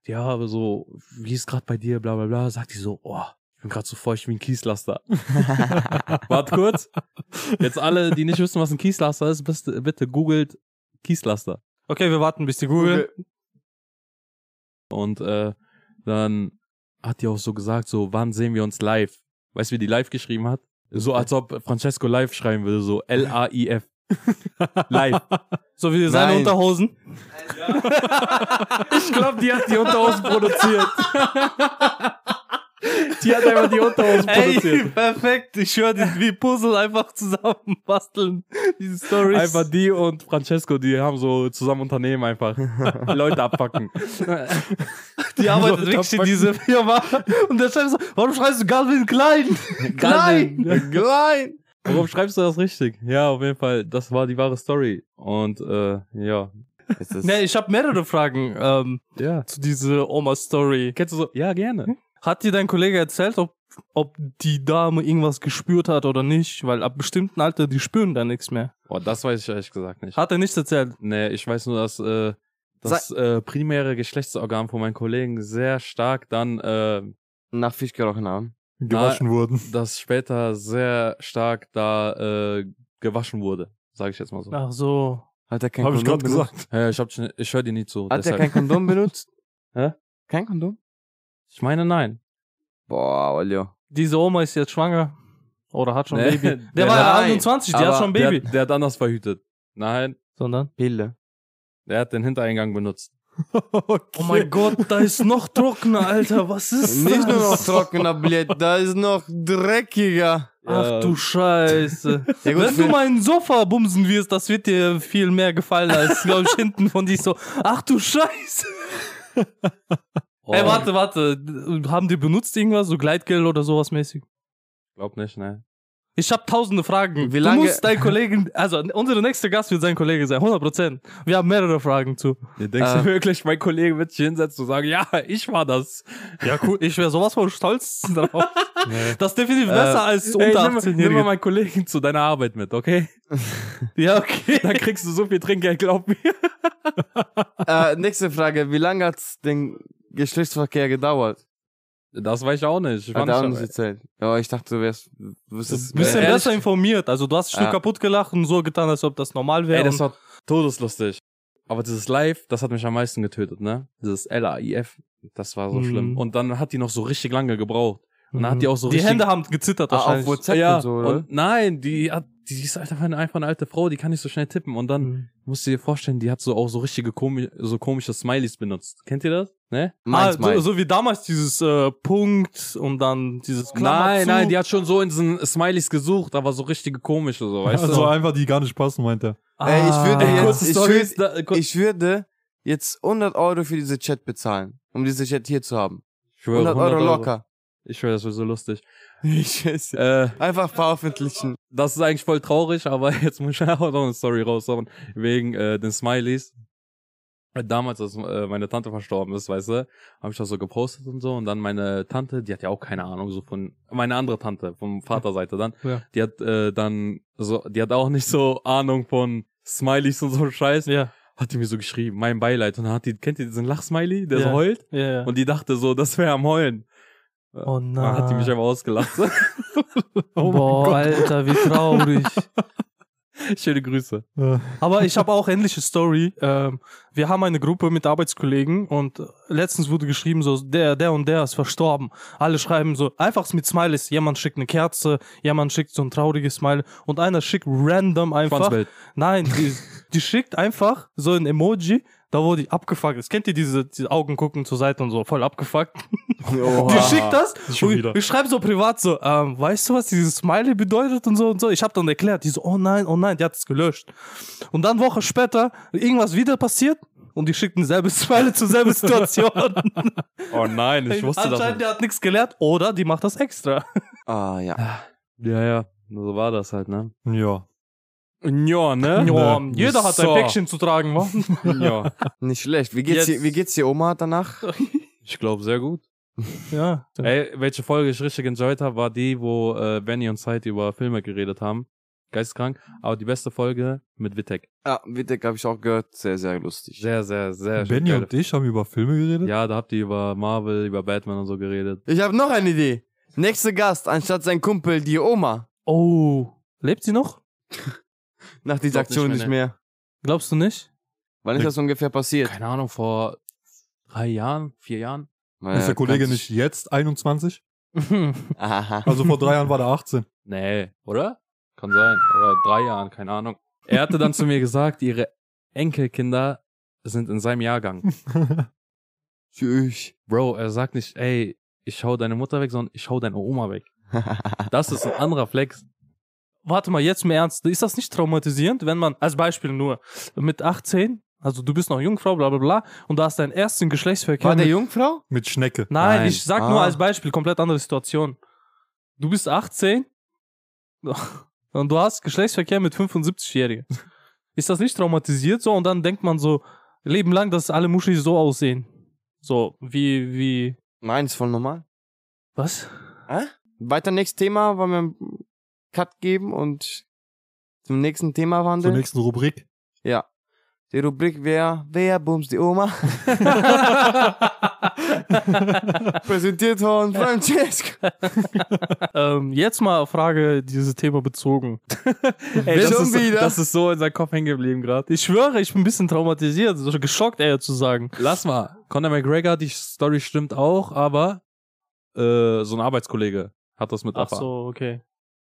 S4: Ja, aber so, wie ist gerade bei dir, bla bla bla, sagt die so, oh, ich bin gerade so feucht wie ein Kieslaster. (laughs) Wart kurz. Jetzt alle, die nicht wissen, was ein Kieslaster ist, bitte, bitte googelt Kieslaster.
S3: Okay, wir warten, bis die googeln.
S4: Und äh, dann hat die auch so gesagt, so, wann sehen wir uns live? Weißt du, wie die live geschrieben hat? So, als ob Francesco live schreiben würde, so (laughs) L-A-I-F. live.
S3: So wie seine
S1: Nein.
S3: Unterhosen.
S4: (laughs) Ich glaube, die hat die Unterhosen produziert. die hat einfach die Unterhosen
S3: Ey, perfekt. Ich höre die wie Puzzle einfach zusammen basteln. Diese Stories.
S4: Einfach die und Francesco, die haben so zusammen Unternehmen (laughs) einfach. Leute abpacken.
S1: (laughs)
S3: die arbeitet wirklich in dieser Firma. Und der Chef so, warum schreibst du Galvin Klein? Klein!
S1: Klein.
S4: Warum schreibst du das richtig? Ja, auf jeden Fall. Das war die wahre Story. Und äh, ja.
S1: Ist das
S3: Ne, ich habe mehrere Fragen ähm,
S4: Ja.
S3: zu dieser Oma-Story.
S4: Kennst du so? Ja, gerne.
S3: Hat dir dein Kollege erzählt, ob, ob die Dame irgendwas gespürt hat oder nicht? Weil ab bestimmten Alter, die spüren da nichts mehr.
S4: Oh, das weiß ich ehrlich gesagt nicht.
S3: Hat er nichts erzählt?
S4: Nee, ich weiß nur, dass äh, das äh, primäre Geschlechtsorgan von meinen Kollegen sehr stark dann, äh,
S1: nach Fisch gerochen haben?
S2: Gewaschen wurden.
S4: das später sehr stark da äh, gewaschen wurde, sage ich jetzt mal so.
S3: Ach so.
S1: Hat er kein
S2: Hab ich
S1: Kondom
S2: gerade
S1: benutzt?
S2: gesagt.
S4: Ja, ich hab, schon- ich höre dir nicht zu.
S1: Hat er
S4: deshalb.
S1: kein
S3: (laughs)
S1: Kondom benutzt?
S4: Hä?
S1: Kein Kondom?
S4: ich meine, nein.
S1: Boah, Olio.
S3: Diese Oma ist jetzt schwanger. Oder hat schon
S4: Nee,
S1: (laughs)
S3: ein Baby. Der,
S4: der
S3: war ja
S1: nein.
S3: 21, die
S4: Aber
S3: hat schon ein
S4: der
S3: Baby.
S4: hat- Der, hat anders verhütet. Nein,
S3: Sondern?
S1: Pille.
S4: der hat den Hintereingang benutzt.
S2: okay.
S3: Oh mein Gott, da ist noch trockener, Alter. Was ist
S1: Nicht nur
S3: das?
S1: noch trockener Blät, da ist noch dreckiger.
S3: Ach
S4: Äh,
S3: du
S4: (laughs)
S3: Scheiße.
S1: Ja, gut,
S3: Wenn du
S1: für-
S3: mal ein Sofa bumsen wirst, das wird dir viel mehr gefallen
S4: (laughs)
S3: als, glaube ich, hinten von dich so. Ach du Scheiße.
S4: Oh,
S3: Ey, warte, warte. Haben die benutzt irgendwas? So Gleitgel oder sowas mäßig?
S4: Glaub nicht, ne.
S3: Ich habe tausende Fragen.
S1: Wie lange-
S3: Du musst dein Kollegen, also unser nächster Gast wird sein Kollege sein, 100%. Wir haben mehrere Fragen zu.
S4: Du denkst
S1: Ähm.
S4: du (laughs) wirklich, mein Kollege wird sich hinsetzen und sagen, ja, ich war das.
S3: Ja,
S4: (laughs)
S3: cool. Ich wäre sowas von stolz (laughs) drauf. Das ist definitiv
S4: Äh,
S3: besser als
S4: Ey,
S3: unter
S4: nimm, nimm mal
S3: 18-Jährige.
S4: meinen Kollegen zu deiner Arbeit mit, okay?
S3: Ja,
S4: (laughs)
S3: okay.
S4: Dann kriegst du so viel Trinkgeld, glaub mir.
S1: Äh, nächste Frage, wie lange hat's den Geschlechtsverkehr gedauert?
S4: Das weiß ich auch nicht. Ich
S1: Hat
S4: fand
S1: er auch
S4: schon-
S1: nicht erzählt. Ja, ich dachte, du wärst, du wüsstest,
S3: Bisschen
S1: Äh,
S3: besser informiert. Also du hast dich nur
S1: Ja.
S3: kaputt gelacht und so getan, als ob das normal wäre.
S4: Ey, das
S3: Und-
S4: war todeslustig. Aber dieses Live, das hat mich am meisten getötet, ne? Dieses L-A-I-F, das war so
S3: Mhm.
S4: schlimm. Und dann hat die noch so richtig lange gebraucht. Und dann hat die auch so
S3: die
S4: richtig...
S3: Hände haben gezittert
S1: Ah, auf
S3: wahrscheinlich.
S1: WhatsApp
S4: ja,
S1: und so, oder?
S4: und nein, die hat, die ist halt einfach eine, einfach eine alte Frau, die kann nicht so schnell tippen. Und dann musst du dir vorstellen, die hat so auch so richtige komi so komische Smileys benutzt. Kennt ihr das? Ne?
S1: meins,
S3: ah, so,
S1: meins.
S3: so wie damals dieses äh, Punkt und dann dieses Klammer
S4: nein,
S3: zu.
S4: nein, die hat schon so in diesen Smileys gesucht, aber so richtige komische, so, weißt
S2: Also einfach, die gar nicht passen, meint er.
S1: Ey, ich
S3: Ah,
S1: würde
S4: du?
S1: jetzt-
S4: Kurze
S1: ich
S4: Storys,
S1: würd-
S4: da, kur
S1: Ich würde jetzt 100 Euro für diese Chat bezahlen, um diese Chat hier zu haben.
S4: ich schwöre,
S1: 100 Euro locker. (laughs)
S4: Ich schwöre, das wird so lustig.
S1: Ich weiß.
S4: Äh,
S1: Einfach veröffentlichen.
S4: das ist eigentlich voll traurig, aber (laughs) jetzt muss ich auch noch eine Story raushauen, wegen äh, den Smileys. Damals, als äh, meine Tante verstorben ist, weißt du, habe ich das so gepostet und so. Und dann meine Tante, die hat ja auch keine Ahnung, so von, meine andere Tante, vom Vaterseite dann,
S3: Hm. Ja.
S4: die hat äh, dann, so, die hat auch nicht so Ahnung von Smileys und so Scheiß.
S3: Ja,
S4: Hat die mir so geschrieben, mein Beileid. Und dann hat die, kennt ihr diesen Lachsmiley, der
S3: Ja.
S4: so heult?
S3: ja, ja.
S4: Und die dachte so, das wäre am Heulen.
S3: oh nein. Oh
S4: Dann hat die mich Oh aber ausgelacht. (laughs)
S3: Boah, Alter, wie traurig.
S4: (laughs) Schöne Grüße.
S2: Äh,
S3: Aber ich habe auch ähnliche Story. Ähm, wir haben eine Gruppe mit Arbeitskollegen und letztens wurde geschrieben, so der, der und der ist verstorben. Alle schreiben so einfach mit Smileys. Jemand schickt eine Kerze, jemand schickt so ein trauriges Smile und einer schickt random einfach. (laughs)
S4: Schwanzbild.
S3: Nein, die, die schickt einfach so ein Emoji. Da wo die abgefuckt ist. Kennt ihr diese, diese Augen gucken zur Seite und so, voll abgefuckt? Die schickt das
S2: Schon
S3: und
S2: wieder.
S3: ich schreibe so privat so, ähm, weißt du, was dieses Smiley bedeutet und so und so. Ich habe dann erklärt, die so, oh nein, oh nein, die hat es gelöscht. Und dann Woche später, irgendwas wieder passiert und die schickt ein selbes Smiley zur selben
S4: (laughs)
S3: Situation.
S4: Oh
S3: (laughs)
S4: nein, ich wusste das.
S3: Anscheinend,
S4: Nicht.
S3: der hat nichts gelernt oder die macht das extra.
S1: Ah, ja.
S4: Ja, ja, so war das halt, ne?
S2: ja.
S4: Ja, ne?
S3: Ja,
S2: Ne.
S3: jeder hat
S4: So.
S3: ein Päckchen zu tragen,
S4: (laughs)
S3: wa?
S4: Ja.
S1: Nicht schlecht. Wie geht's,
S4: Jetzt-
S1: hier, wie geht's hier Oma danach?
S4: Ich glaube, sehr gut.
S3: Ja.
S2: Äh,
S4: Ey, welche Folge ich richtig enjoyed habe, war die, wo äh, Benny und Zeit über Filme geredet haben. Geistkrank. Aber die beste Folge mit Wittek.
S1: Ja, Wittek habe ich auch gehört. Sehr, sehr lustig.
S4: Sehr, sehr, sehr
S2: Benny
S4: geile-
S2: und ich haben über Filme geredet.
S4: Ja, da habt ihr über Marvel, über Batman und so geredet.
S1: Ich habe noch eine Idee. Nächster Gast, anstatt sein Kumpel, die Oma.
S3: Oh, lebt sie noch?
S1: Nach dieser Aktion
S4: Glaub nicht mehr,
S1: nicht
S4: ne.
S1: mehr.
S3: Glaubst du nicht?
S1: Wann ist das ungefähr passiert?
S4: Keine Ahnung, vor drei Jahren, vier Jahren.
S1: Naja,
S3: äh,
S2: Ist der Kollege
S1: kannst-
S2: nicht jetzt 21?
S1: (laughs) Aha.
S2: (laughs) Also vor
S3: (laughs)
S2: drei Jahren war der 18.
S4: Nee, oder? Kann sein. Oder drei Jahren, keine Ahnung. Er hatte dann zu mir gesagt, ihre Enkelkinder sind in seinem Jahrgang.
S1: Tschüss.
S4: Bro, er sagt nicht, ey, ich hau deine Mutter weg, sondern ich hau deine Oma (laughs) weg. Das ist ein anderer Flex.
S3: Warte mal, jetzt mehr ernst. Ist das nicht traumatisierend, wenn man, als Beispiel nur, mit 18, also du bist noch Jungfrau, bla bla bla, und du hast deinen ersten Geschlechtsverkehr.
S1: War der
S3: mit,
S1: Jungfrau?
S2: Mit Schnecke.
S3: nein,
S1: Nein.
S3: ich sag nur
S1: Ah.
S3: als Beispiel, komplett andere Situation. Du bist 18 (laughs) und du hast Geschlechtsverkehr mit 75-Jährigen. Ist das nicht traumatisiert so? Und dann denkt man so, Leben lang, dass alle Muschis so aussehen. So, wie, wie,
S1: Nein, ist voll normal.
S3: was? (laughs)
S1: Weiter nächstes Thema, wollen wir einen Cut geben und zum nächsten Thema
S2: Zur
S1: wandeln.
S2: nächsten Rubrik.
S1: ja. Die Rubrik wer, wer bumst die Oma? Präsentiert von Francesco.
S3: ähm, jetzt mal Frage, dieses Thema bezogen. (laughs)
S4: Ey, das,
S1: Schon
S4: ist,
S1: wieder?
S4: das ist so in seinem Kopf hängen geblieben gerade.
S3: Ich schwöre, ich bin ein bisschen traumatisiert, so geschockt, eher zu sagen.
S4: Lass mal, Conor McGregor, die Story stimmt auch, aber äh, so ein Arbeitskollege hat das mit
S3: Ach
S4: erfahren.
S3: so, okay.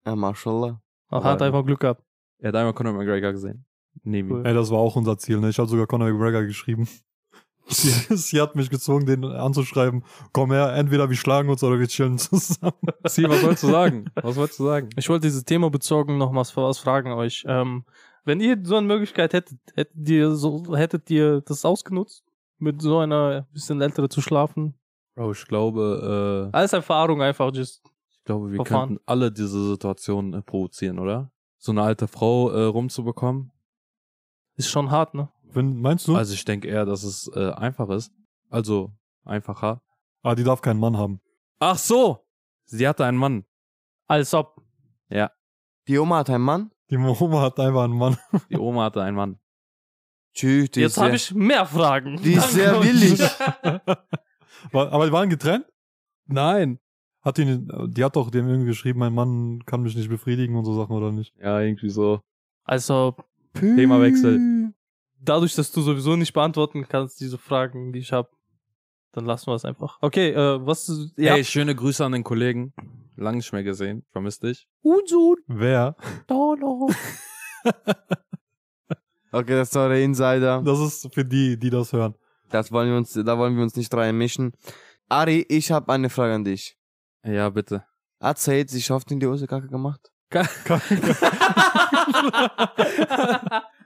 S1: Ja, mashallah.
S3: Ach, hat
S4: Aber-
S3: einfach Glück gehabt.
S4: Er hat einmal Conor McGregor gesehen. Neben ihm.
S3: Cool. (laughs)
S2: Ey, das war auch unser Ziel, ne? Ich habe sogar Conor McGregor geschrieben. Sie, sie hat mich gezwungen, den anzuschreiben. Komm her, entweder wir schlagen uns oder wir chillen zusammen.
S4: Sie, was wolltest du sagen? Was wolltest du sagen?
S3: Ich wollte dieses Thema bezogen noch was, was fragen euch. Ähm, wenn ihr so eine Möglichkeit hättet, hättet ihr, so, hättet ihr das ausgenutzt, mit so einer bisschen ältere zu schlafen?
S4: Bro, ich glaube, äh,
S3: Alles Erfahrung einfach, just.
S4: ich glaube, wir
S3: Verfahren.
S4: könnten alle diese Situation äh, provozieren, oder? So eine alte Frau äh, rumzubekommen.
S3: Ist schon hart, ne?
S2: Wenn, meinst du?
S4: Also ich denke eher, dass es äh, einfach ist. Also einfacher.
S2: ah, die darf keinen Mann haben.
S4: Ach so! Sie hatte einen Mann.
S3: Als ob.
S1: Die Oma hat einen Mann?
S2: Die Oma hat einfach einen Mann. (laughs)
S4: Die Oma hatte einen Mann.
S1: Tschüss, die
S3: Jetzt
S1: ist sehr,
S3: habe ich mehr Fragen.
S1: die
S3: (laughs)
S1: ist
S3: Danke
S1: sehr
S3: euch.
S1: willig.
S2: War- Aber die waren getrennt?
S4: Nein.
S2: Hat die, die hat doch dem irgendwie geschrieben, mein Mann kann mich nicht befriedigen und so Sachen oder nicht.
S4: Ja, irgendwie so.
S3: Also, Hm.
S4: Themawechsel.
S3: dadurch, dass du sowieso nicht beantworten kannst, diese Fragen, die ich habe, dann lassen wir es einfach. Okay, äh, was. Ja.
S4: Hey, schöne Grüße an den Kollegen. Lang nicht mehr gesehen. Vermisst dich.
S2: Wer?
S1: Okay, das war der Insider.
S2: Das ist für die, die das hören.
S1: Das wollen wir uns, da wollen wir uns nicht reinmischen. Ari, ich habe eine Frage an dich.
S4: Ja, bitte.
S1: Hat Said sich oft in die Hose Kacke
S2: (laughs)
S1: gemacht?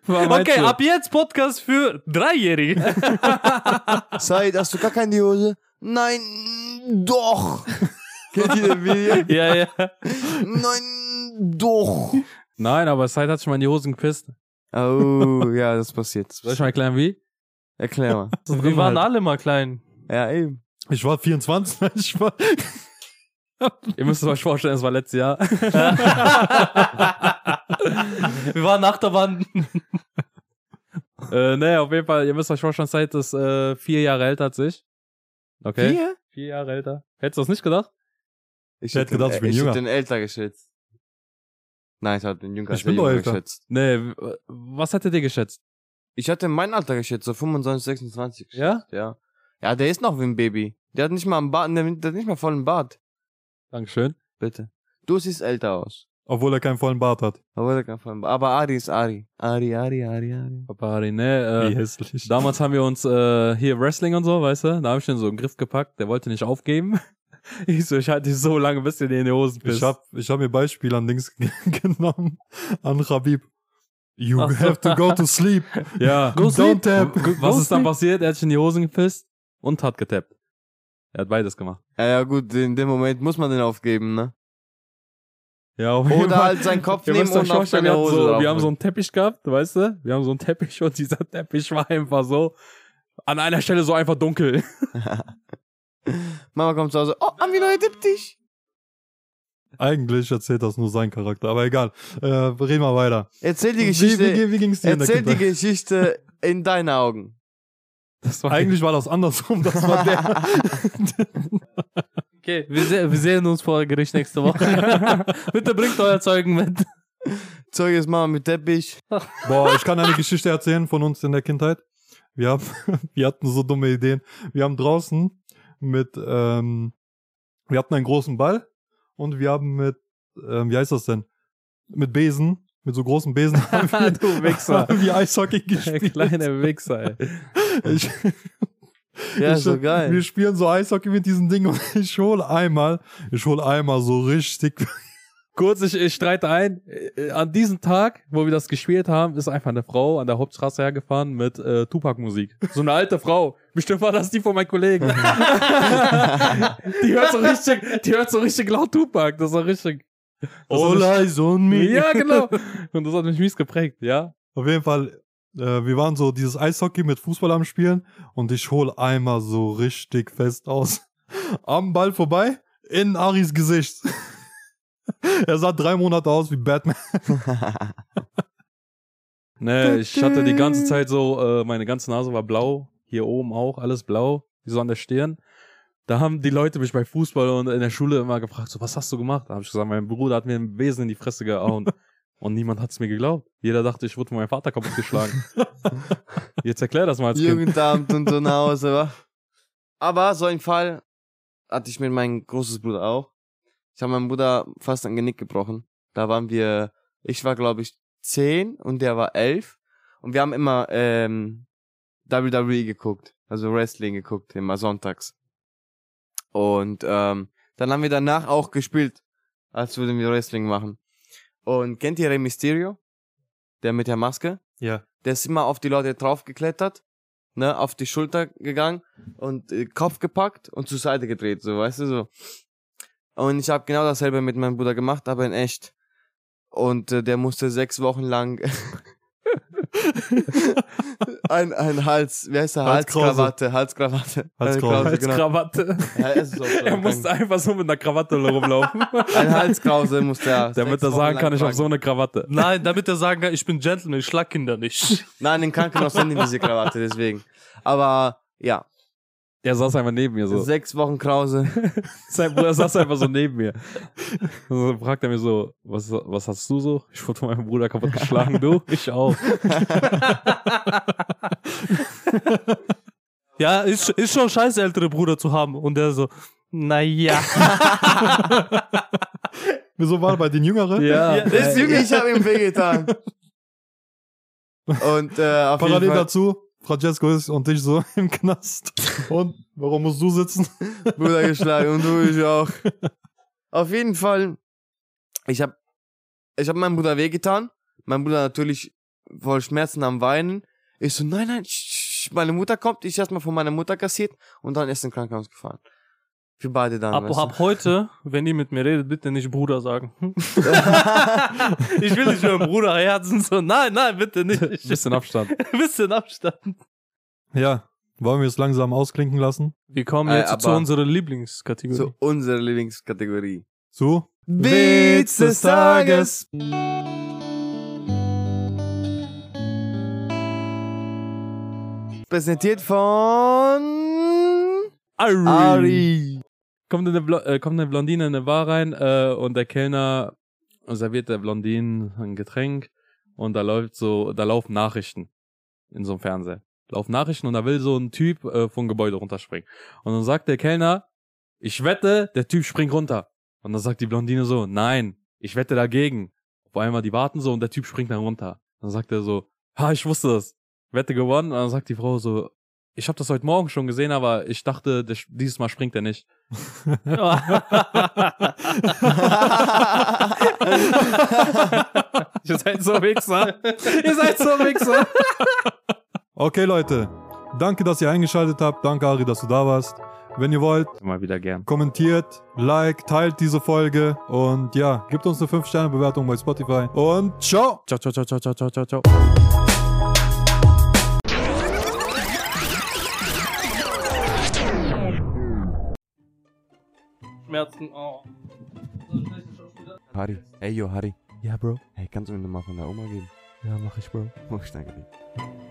S3: okay, ab jetzt Podcast für Dreijährige.
S1: Said, hast du Kacke in die Hose? Nein,
S2: (laughs)
S1: doch. Kennt ihr den Video?
S3: ja, ja.
S1: Nein, doch.
S4: Nein, aber Zeit hat sich mal in die Hosen gepisst.
S1: Oh, ja, das passiert.
S4: Soll ich mal erklären, wie?
S1: Erklär mal.
S3: Wir waren alle mal klein.
S1: Ja, eben.
S2: Ich war (laughs) 24, nein, ich war,
S4: Ihr müsst es euch vorstellen, es war letztes Jahr.
S3: Wir waren Achterbahn.
S4: äh, nee, auf jeden Fall, ihr müsst euch vorstellen, Zeit ist äh, vier Jahre älter als ich. Okay.
S1: Vier?
S4: Vier Jahre älter. Hättest du das nicht gedacht?
S1: Ich
S2: hätte gedacht,
S1: den,
S2: ich bin
S1: ich
S2: jünger.
S1: hätte den älter geschätzt. Nein, ich habe den jünger,
S2: Ich
S1: sehr
S2: bin doch
S1: jünger
S2: älter.
S1: geschätzt.
S4: Nee, w- was hättet ihr geschätzt?
S1: Ich hatte mein Alter geschätzt, so 25, 26. geschätzt,
S4: Ja?
S1: Ja. Ja, der ist noch wie ein Baby. Der hat nicht mal einen Bart, ne, der hat nicht mal vollen Bart.
S4: Dankeschön.
S1: Bitte. Du siehst älter aus.
S2: obwohl er keinen vollen Bart hat.
S1: Aber, der kann von- aber Ari ist Ari. Ari, Ari, Ari, Ari.
S4: Papa Harry, nee, äh,
S2: Wie hässlich.
S4: Damals haben wir uns äh, hier Wrestling und so, weißt du? Da habe ich den so in den Griff gepackt, der wollte nicht aufgeben. (laughs) Ich so, ich halte dich so lange, bis du dir in die Hosen pisst.
S2: Ich hab, ich hab mir Beispiel an Dings (laughs) genommen, an Rabib. You
S3: Ach so.
S2: have to go to sleep.
S4: (laughs) ja.
S2: Don't
S3: sleep.
S2: tap.
S4: Was ist dann passiert? Er hat sich in die Hosen gepisst und hat getappt. Er hat beides gemacht.
S1: Ja, ja, gut, in dem Moment muss man den aufgeben, ne?
S4: Ja, auf
S1: Oder halt seinen Kopf
S4: Ihr
S1: nehmen
S4: müsst euch
S1: und auf
S4: vorstellen, wir,
S1: seine
S4: hatten
S1: Hose
S4: so,
S1: drauf
S4: wir haben so einen Teppich gehabt, weißt du? Wir haben so einen Teppich und dieser (laughs) Teppich war einfach so an einer Stelle so einfach dunkel.
S1: Mama kommt zu Hause, oh, haben wir neue Tipptisch?
S2: Eigentlich erzählt das nur sein Charakter, aber egal. Äh, reden wir weiter.
S1: Erzähl die
S2: Wie,
S1: Geschichte,
S2: wie, wie ging's dir in der
S1: erzähl die
S2: Kindheit?
S1: Geschichte in deinen Augen.
S4: Das war
S2: Eigentlich war das andersrum. Das war
S1: (laughs)
S2: der.
S3: Okay, wir, se wir sehen uns vor Gericht nächste Woche. (laughs) Bitte bringt euer Zeugen mit.
S1: Zeug ist Mama mit Teppich.
S2: Boah, ich kann eine Geschichte erzählen von uns in der Kindheit. Wir, haben, (laughs) wir hatten so dumme Ideen. Wir haben draußen mit, ähm, wir hatten einen großen Ball und wir haben mit, ähm, wie heißt das denn? Mit Besen, mit so
S1: (laughs)
S2: großen Besen haben
S3: Ah,
S2: wir,
S4: du (laughs)
S3: (laughs)
S4: Wichser.
S2: haben wir Eishockey
S4: Der
S2: gespielt.
S4: kleine Wichser, ey.
S2: Ich,
S1: Ja,
S2: ich,
S1: so
S2: Wir
S1: geil.
S2: spielen so Eishockey mit diesem Ding und (laughs) ich hole einmal, ich hole einmal so richtig.
S4: Kurz, ich, ich streite ein. Äh, An diesem Tag, wo wir das gespielt haben, ist einfach eine Frau an der Hauptstraße hergefahren mit äh, Tupac-Musik. So eine alte Frau. Bestimmt war das die von
S1: (laughs)
S4: meinen Kollegen. (laughs) die, hört so richtig, die hört so richtig laut Tupac. Das war richtig. Das hat mich-
S2: eyes on
S4: Ja, genau. Und das hat mich mies geprägt, ja.
S2: Auf jeden Fall, äh, wir waren so dieses Eishockey mit Fußball am Spielen und ich hole einmal so richtig fest aus. (laughs) Am Ball vorbei, in Aris Gesicht. (laughs) er sah drei Monate aus wie Batman. (laughs)
S4: Nee, Ne, ich hatte die ganze Zeit so, äh, meine ganze Nase war blau, hier oben auch, alles blau, wie so an der Stirn. Da haben die Leute mich bei Fußball und in der Schule immer gefragt, so, was hast du gemacht? Da habe ich gesagt, mein Bruder hat mir ein Besen in die Fresse gehauen. und niemand hat es mir geglaubt. Jeder dachte, ich wurde von meinem Vater kaputtgeschlagen. Jetzt erklär das mal als (laughs) Kind.
S1: Jugendamt und so nach Hause, wa? Aber so einen Fall hatte ich mit meinem großen Bruder auch. Ich habe meinem Bruder fast ein Genick gebrochen. Da waren wir, ich war glaube ich zehn und der war elf. Und wir haben immer ähm, WWE geguckt, also Wrestling geguckt, immer sonntags. Und ähm, dann haben wir danach auch gespielt, als würden wir Wrestling machen. Und kennt ihr Rey Mysterio? Der mit der Maske?
S2: Ja.
S1: Der ist immer auf die Leute draufgeklettert, ne, auf die Schulter gegangen und äh, Kopf gepackt und zur Seite gedreht, so, weißt du, so. Und ich habe genau dasselbe mit meinem Bruder gemacht, aber in echt. Und äh, der musste sechs Wochen lang (laughs) ein, ein Hals, wie heißt der?
S2: Halskrause.
S1: Halskrawatte, Halskrawatte.
S2: Halskrause.
S1: Halskrause,
S4: Als
S1: genau.
S4: Krawatte.
S1: Ja, es ist auch so.
S4: (laughs) Er musste einfach so mit einer Krawatte rumlaufen,
S1: ein Halskrause muss der.
S4: (laughs) damit er sagen kann, ich habe so eine Krawatte.
S3: Nein, damit er sagen kann, ich bin Gentleman, ich schlag Kinder nicht.
S1: Nein, im Krankenhaus sind die diese Krawatte, deswegen. Aber ja,
S4: Er saß einfach neben mir so.
S1: sechs Wochen Krause.
S4: Sein Bruder saß einfach so neben mir. So fragt er mir so, was, was hast du so? Ich wurde von meinem Bruder kaputt geschlagen, du? Ich auch.
S3: Ja, ist, ist schon scheiße, ältere Bruder zu haben. Und der so, naja.
S2: Wieso war er bei den
S1: (laughs)
S2: Jüngeren?
S4: Ja.
S1: Das Junge, ich habe ihm
S4: (laughs)
S1: wehgetan. Und äh, auf
S2: Parallel
S1: jeden Fall,
S2: dazu, Francesco ist und ich so (laughs) im Knast. Und warum musst du sitzen? (laughs)
S1: Bruder geschlagen und du ich auch. Auf jeden Fall, ich habe ich hab meinem Bruder wehgetan. Mein Bruder natürlich voll Schmerzen am Weinen. Ich so, nein, nein, sch- sch- meine Mutter kommt. Ich erstmal von meiner Mutter kassiert und dann erst ins Krankenhaus gefahren. Für beide dann.
S3: Ab,
S1: weißt du.
S3: ab heute, wenn ihr mit mir redet, bitte nicht Bruder
S4: (laughs)
S3: sagen. ich will nicht meinem Bruder herzen. So, nein, nein, bitte nicht.
S4: Bisschen Abstand.
S3: Bisschen Abstand.
S2: Ja, wollen wir es langsam ausklinken lassen?
S3: Wir kommen
S1: Äh,
S3: jetzt zu
S1: aber-
S3: unserer Lieblingskategorie.
S1: Zu unserer Lieblingskategorie.
S2: Zu?
S1: Witz des Tages. Präsentiert von
S4: Ari.
S1: Ari.
S4: Kommt, eine Blo äh, kommt eine Blondine in eine Bar rein äh, und der Kellner serviert der Blondine ein Getränk und da läuft so, da laufen Nachrichten in so einem Fernseher. Laufen Nachrichten und da will so ein Typ äh, vom Gebäude runterspringen. Und dann sagt der Kellner, ich wette, der Typ springt runter. Und dann sagt die Blondine so, nein, ich wette dagegen. Auf einmal, die warten so und der Typ springt dann runter. Dann sagt er so, ha, ich wusste das. Wette gewonnen. Und dann sagt die Frau so, ich habe das heute Morgen schon gesehen, aber ich dachte, der, sch- dieses Mal springt er nicht.
S3: Ihr seid so Wichser. Ihr seid so Wichser.
S2: Okay, Leute. Danke, dass ihr eingeschaltet habt. Danke, Ari, dass du da warst. Wenn ihr wollt,
S4: Mal wieder gern.
S2: kommentiert, like, teilt diese Folge und ja, gebt uns eine 5-Sterne-Bewertung bei Spotify und ciao!
S4: Ciao, ciao, ciao, ciao, ciao, ciao, ciao, ciao.
S3: Schmerzen. Oh.
S1: Harry. Ey, yo, Harry.
S4: Ja, Bro.
S1: Hey, kannst du mir nochmal von der Oma geben?
S4: Ja, mach ich, Bro.
S1: Oh, ich danke dir.